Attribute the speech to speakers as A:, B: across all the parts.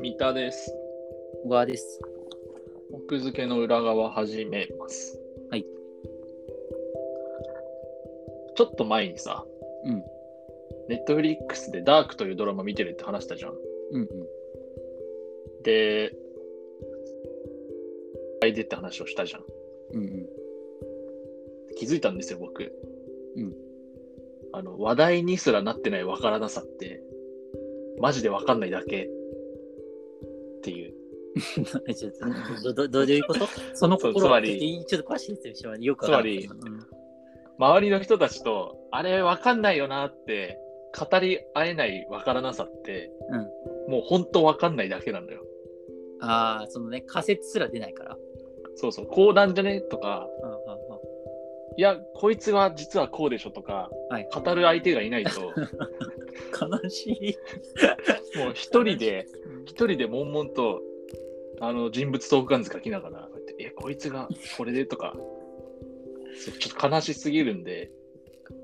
A: 三田です。
B: 小川です。
A: 奥付けの裏側始めます。
B: はい。
A: ちょっと前にさ、
B: うん。
A: ネットフリックスでダークというドラマ見てるって話したじゃん。
B: うんうん。
A: で、いでって話をしたじゃん。
B: うんうん。
A: 気づいたんですよ、僕。
B: うん。
A: あの、話題にすらなってないわからなさって、マジでわかんないだけっていう。
B: え ちょっとど どどういうことその
A: そう
B: 心
A: つま
B: は
A: り
B: ちょっとちょっと詳しいですよ、よくわかんない
A: つま周りの人たちと、あれわかんないよなって、語り合えないわからなさって、もう本当わかんないだけなんだよ。
B: うん、ああ、そのね、仮説すら出ないから。
A: そうそう、こうなんじゃねとか、
B: うんうんうん
A: いや、こいつは実はこうでしょとか、
B: はい
A: 語る相手がいない と、も
B: 悲しい。
A: う一人で、一人で悶々と、あの、人物トークガンズ書きながら、こうやって、え、こいつがこれでとか、そうちょっと悲しすぎるんで、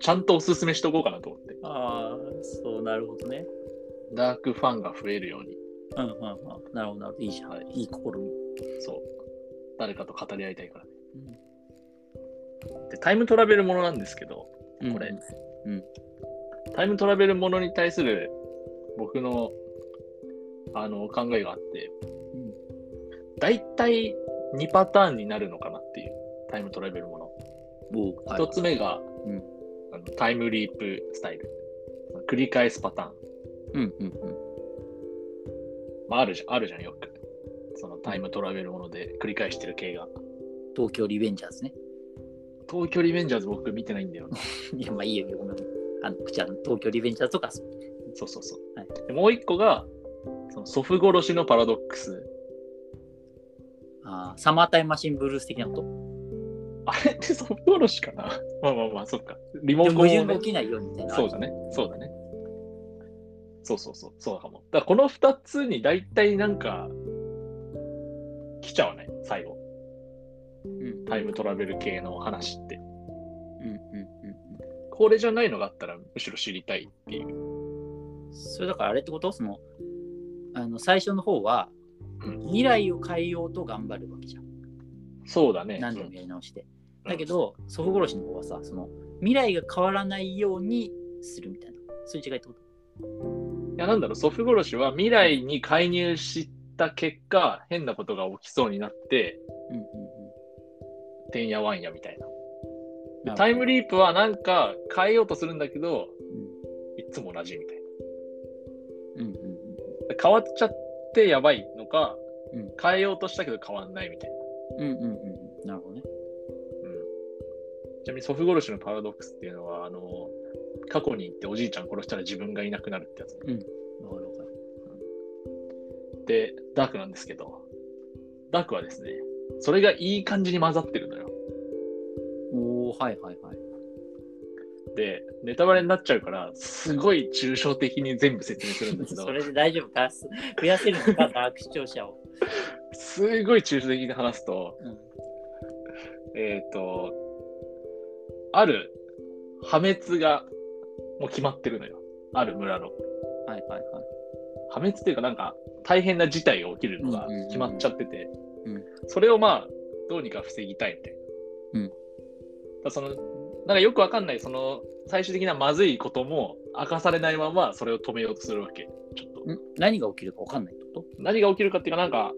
A: ちゃんとおすすめしとこうかなと思って。
B: ああ、そう、なるほどね。
A: ダークファンが増えるように。
B: うんうんうん。なるほど、なるほど。いいじゃん。
A: はい
B: い、い試み。
A: そう。誰かと語り合いたいからね。で、タイムトラベルものなんですけど、
B: うん
A: これ
B: うん
A: タイムトラベルものに対する僕のあの考えがあって、
B: うん
A: 大体2パターンになるのかなっていうタイムトラベルもの。
B: おうはい
A: 1つ目が、
B: うん
A: あのタイムリープスタイル。繰り返すパターン。
B: うんうんうん。
A: まあ、あるじゃん、あるじゃん、よく。そのタイムトラベルもので繰り返してる系が。
B: 東京リベンジャーズね。
A: 東京リベンジャーズ僕見てないんだよな。
B: いや、まあいいよ、ごめん。あの、じゃあ東京リベンジャーズとか、
A: そうそうそう。
B: はい
A: でもう一個が、その祖父殺しのパラドックス。
B: あーサマータイムマシンブルース的なこと。
A: あれって祖父殺しかなまあまあまあ、そっか。リモ
B: で
A: コン
B: も
A: を
B: 矛盾
A: ね、
B: が起きないようにみたいな。
A: そうだね。そうだね。そうそうそう。そうかも。だからこの2つに大体なんか、来ちゃわない最後。
B: うん。
A: タイムトラベル系の話って。
B: うんうんうん。
A: これじゃないのがあったら、むしろ知りたいっていう。
B: それだからあれってことそのあの最初の方は
A: うん
B: 未来を変えようと頑張るわけじゃん、
A: そうだね。
B: 何でもやり直して、
A: うん
B: だけ、ど祖父殺しの方はさその未来が変わらないようにするみたいなそういう違いってこと
A: いや、なんだろう、祖父殺しは未来に介入した結果、変なことが起きそうになって、
B: うんうん
A: てんやわんやみたいな。
B: うん
A: タイム
B: リ
A: リープはなんか変えようとするんだけど、
B: ー
A: いつも同じみたい
B: うんうんうん
A: な。変わっちゃってやばいのか、
B: うん
A: 変えようとしたけど変わんないみたいな。
B: うんうんうんうんなるほどね
A: うんちなみに祖父殺しのパラドックスっていうのは、あの、過去に行っておじいちゃん殺したら自分がいなくなるってやつ
B: わかるわかる
A: で、ダークなんですけど、ダークはですね、それがいい感じに混ざってるのよ。
B: おおはいはいはい
A: で、ネタバレになっちゃうから、すごい抽象的に全部説明するんだけど
B: そ、れで大丈夫かす増やせるの かダーク視聴者を、
A: すごい抽象的に話すと、
B: うん、
A: えっ、と、ある破滅がもう決まってるのよ。ある村の。
B: はいはいはい
A: 破滅っていうかなんか大変な事態が起きるのが
B: うんうんうんうん
A: 決まっちゃってて、
B: うん
A: それをまあ、どうにか防ぎたいみたいな。
B: う
A: だ
B: ん
A: からその、なんかよくわかんない、その、最終的なまずいことも明かされないままそれを止めようとするわけ。ちょっと。
B: ん何が起きるかわかんないってこ
A: 何が起きるかっていうか、なんか、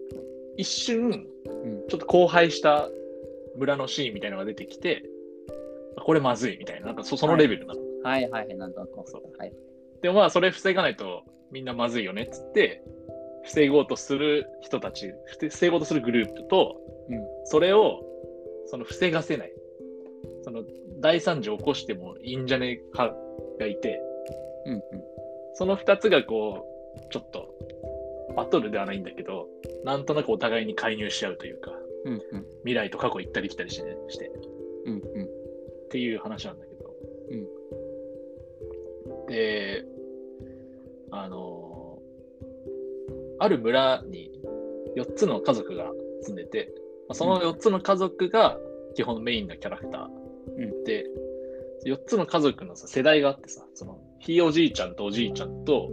A: 一瞬
B: ん、
A: ちょっと荒廃した村のシーンみたいなのが出てきて、これまずいみたいな、なんかそそのレベルなの。
B: とはいはいはいなんとなくわかったはい
A: でもまあ、それ防がないとみんなまずいよねっつって、防ごうとする人たち、ふて防ごうとするグループと、
B: うん
A: それを、その防がせない。その大惨事を起こしてもいいんじゃねえかがいて、
B: うんうん
A: その2つがこう、ちょっと、バトルではないんだけど、なんとなくお互いに介入し合うというか、
B: うんうん
A: 未来と過去行ったり来たりして,、してっ
B: うんうん
A: ていう話なんだけど。で、あのーある村に4つの家族が住んでて、まあその4つの家族が基本メインのキャラクターで、4つの家族のさ世代があってさ、そのひいおじいちゃんとおじいちゃんと、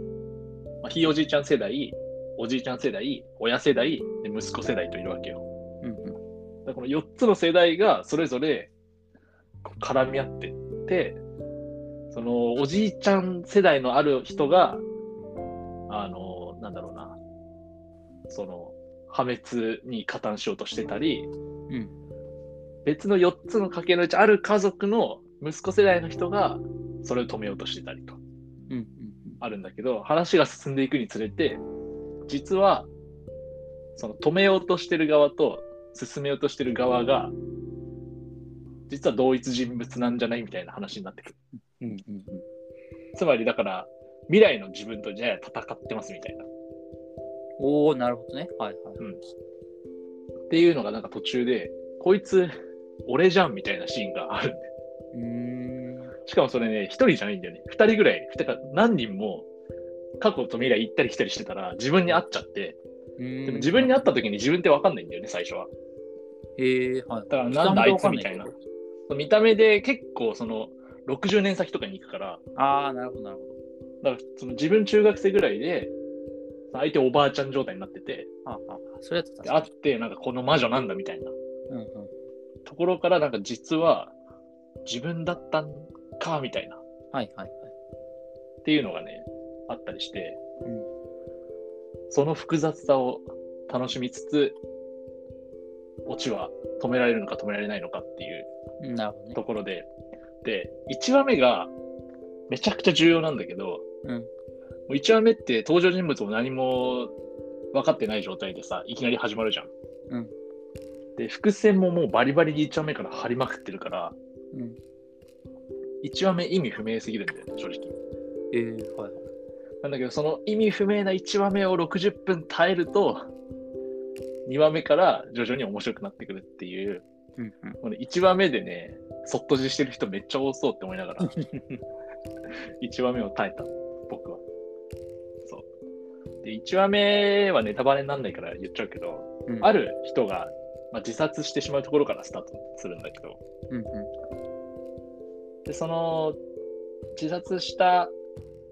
A: まあ、ひいおじいちゃん世代、おじいちゃん世代、親世代、で息子世代といるわけよ。
B: うんうん
A: だからこの4つの世代がそれぞれこう絡み合ってって、そのおじいちゃん世代のある人が、あの、なんだろうな、その破滅に加担しようとしてたり、
B: うん
A: 別の4つの家系のうちある家族の息子世代の人がそれを止めようとしてたりと。
B: うんうん
A: あるんだけど話が進んでいくにつれて実はその止めようとしてる側と進めようとしてる側が実は同一人物なんじゃないみたいな話になってくる
B: うんうんうんうん
A: つまりだから未来の自分とじゃあ戦ってますみたいなっ
B: おおなるほどねはいはい
A: ていうのがなんか途中でこいつ俺じゃんみたいなシーンがあるんだよ
B: うーん
A: しかもそれね一人じゃないんだよね二人ぐらいてか何人も過去と未来行ったり来たりしてたら自分に会っちゃってで
B: で
A: も自分に会った時に自分って分かんないんだよね最初は
B: へえはい
A: だからなんだあいつみたいな。見た目で結構その60年先とかに行くから、
B: ああなるほどなるほど
A: だからその自分中学生ぐらいで、相手おばあちゃん状態になってて、
B: あああそれやった
A: で会ってなんかこの魔女なんだみたいな
B: うんうん
A: ところからなんか実は自分だったんかみたいなっ
B: はいはいはい
A: ていうのがね、あったりして、
B: うん
A: その複雑さを楽しみつつ、オチは止められるのか止められないのかっていう
B: うんなるほどね
A: ところで、で、1話目がめちゃくちゃ重要なんだけど、
B: うん
A: もう1話目って登場人物も何も分かってない状態でさ、いきなり始まるじゃん。
B: うん
A: で、伏線ももうバリバリに1話目から張りまくってるから、
B: うん
A: 1話目意味不明すぎるんだよね、正直。
B: えー、はいはい
A: なんだけど、その意味不明な1話目を60分耐えると、2話目から徐々に面白くなってくるっていう、
B: うんうん
A: もうね、1話目でね、そっとじしてる人めっちゃ多そうって思いなが ら、1話目を耐えた、僕は。そう。で、1話目はネタバレになんないから言っちゃうけど、
B: うん
A: ある人が、まあ、自殺してしまうところからスタートするんだけど、
B: うんうん
A: で、その、自殺した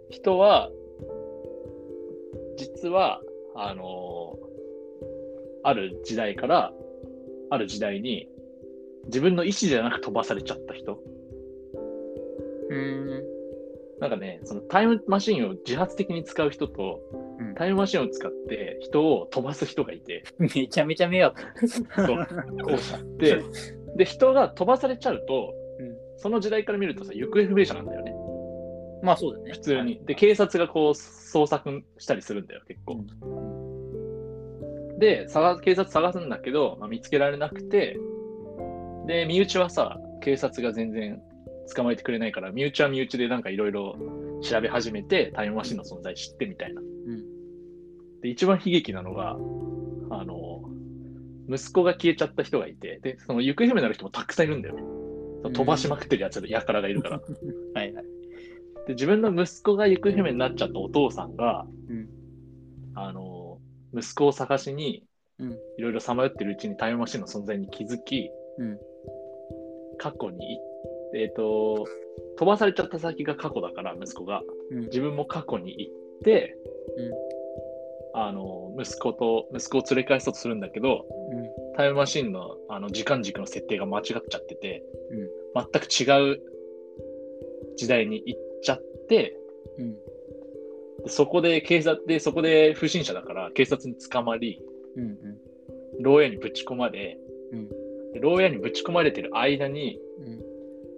A: 人は、実は、あのある時代から、ある時代に、自分の意思じゃなく飛ばされちゃった人。
B: うーん
A: なんかね、そのタイムマシンを自発的に使う人と、
B: うん
A: タイムマシンを使って人を飛ばす人がいて、
B: めちゃめちゃ迷惑。
A: そうこうさで、で、人が飛ばされちゃうと、
B: うん
A: その時代から見るとさ、行方不明者なんだよね、
B: まあそうだよね。
A: 普通に。で、警察がこう捜索したりするんだよ、結構。で、探警察探すんだけど、まあ、見つけられなくて、で、身内はさ、警察が全然捕まえてくれないから、身内は身内でなんかいろいろ調べ始めて、タイムマシンの存在知ってみたいな。
B: うん
A: で、一番悲劇なのが、あの、息子が消えちゃった人がいて、で、その行方不明になる人もたくさんいるんだよね。その飛ばしまくってるやつら、やからがいるから。
B: はいはい。
A: で自分の息子が行方不明になっちゃったお父さんが、
B: うん
A: あの息子を探しに
B: うん
A: いろいろさまよってるうちにタイムマシンの存在に気づき、
B: うん
A: 過去に、えっと飛ばされちゃった先が過去だから息子が
B: うん
A: 自分も過去に行って、あの息子と息子を連れ返そうとするんだけどタイムマシンのあの時間軸の設定が間違っちゃってて、
B: うん
A: 全く違う時代に行っちゃって、
B: うん
A: でそこで警察で、そこで不審者だから、警察に捕まり、
B: うんうん
A: 牢屋にぶち込まれ、
B: うん
A: で牢屋にぶち込まれてる間に、
B: うん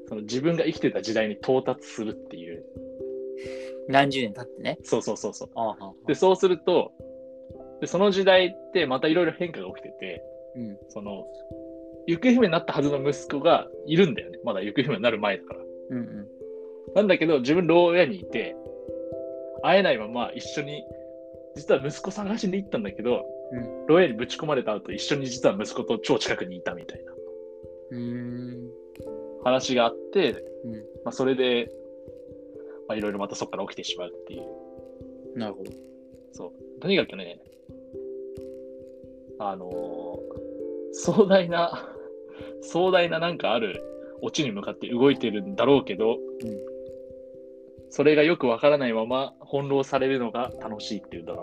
A: その自分が生きてた時代に到達するっていう。
B: 何十年経ってね。
A: そうそうそうそう。
B: ああああ
A: で、そうすると、でその時代ってまたいろいろ変化が起きてて、
B: うん
A: その、行方不明になったはずの息子がいるんだよね。まだ行方不明になる前だから。
B: うんうん
A: なんだけど、自分牢屋にいて、会えないまま一緒に、実は息子探しに行ったんだけど、
B: う
A: 牢屋にぶち込まれた後、一緒に実は息子と超近くにいたみたいな
B: うーん
A: 話があって、
B: うん
A: まあ、それで、まあ、いろいろまたそこから起きてしまうっていう。
B: なるほど。
A: そう。とにかくね、あのー壮大な、 壮大ななんかあるオチに向かって動いてるんだろうけど、
B: うん
A: それがよくわからないまま翻弄されるのが楽しいっていうドラ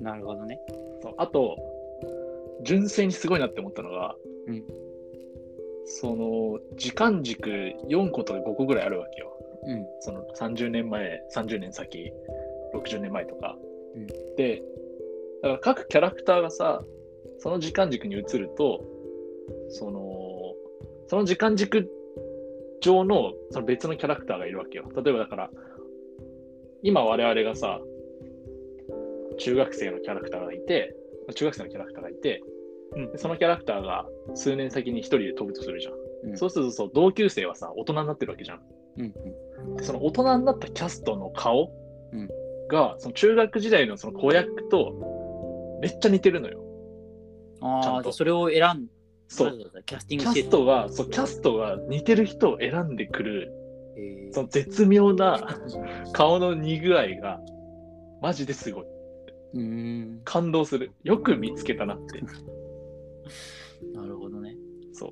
A: マ。
B: なるほどね。
A: そうあと、純粋にすごいなって思ったのが、
B: うん
A: その、時間軸4個とか5個ぐらいあるわけよ。
B: うん。
A: その30年前、30年先、60年前とか。
B: うん
A: で、だから各キャラクターがさ、その時間軸に移ると、その、その時間軸上のその別のキャラクターがいるわけよ。例えばだから、今我々がさ、中学生のキャラクターがいて、中学生のキャラクターがいて、
B: うん
A: でそのキャラクターが数年先に一人で飛ぶとするじゃん。
B: うん
A: そうするとそう同級生はさ、大人になってるわけじゃん。
B: うん。
A: その大人になったキャストの顔
B: うん
A: が、その中学時代のその子役とめっちゃ似てるのよ。ち
B: あ
A: ゃ
B: あ、
A: ん
B: じゃあ
A: と
B: それを選ん
A: そ
B: わ
A: う。
B: ざわざキャスティン
A: キ
B: グし
A: ャ
B: て
A: ストが、そう、キャストが似てる人を選んでくる、
B: えー
A: その絶妙 な顔の似具合が、マジですごい。
B: うーん。
A: 感動する。よく見つけたなって。
B: なるほどね。
A: そう。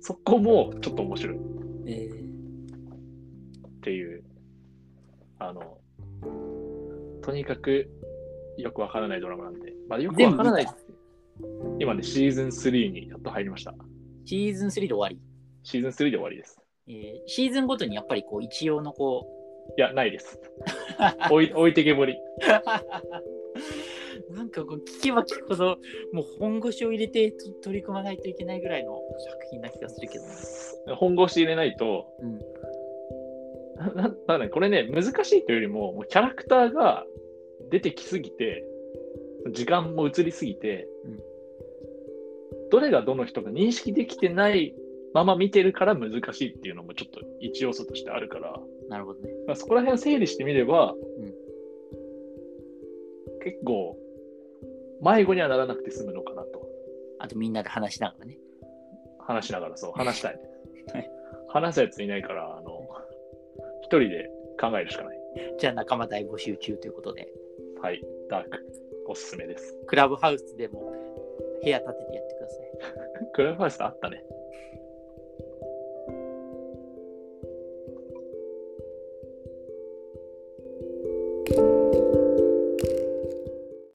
A: そこもちょっと面白いっ
B: えー
A: ていう。あの、とにかくよくわからないドラマなんで。まあ、よくわからない
B: 全部見た。
A: 今ね、シーズン3にやっと入りました。
B: シーズン3で終わり。
A: シーズン3で終わりです。
B: えーシーズンごとにやっぱりこう一応のこ
A: いや、ない です。置い置いてけぼり。
B: うなんかこう聞けば聞くほどもう本腰を入れてと取り組まないといけないぐらいの作品な気がするけどね
A: 本腰入れないと、
B: うん
A: なななんだねこれね、難しいというよりも、もうキャラクターが出てきすぎて、時間も移りすぎて、
B: うん
A: どれがどの人か認識できてないまま見てるから難しいっていうのもちょっと一要素としてあるから、
B: なるほどね
A: まあ、そこら辺を整理してみれば、
B: うん
A: 結構迷子にはならなくて済むのかなと
B: あとみんなで話しながらね
A: 話しなが らそう話したい
B: はい
A: 話すやついないからあの一人で考えるしかない
B: じゃあ仲間大募集中ということで
A: はいダークおすすめです
B: クラブハウスでも部屋建ててやってください
A: クラブハウスあったね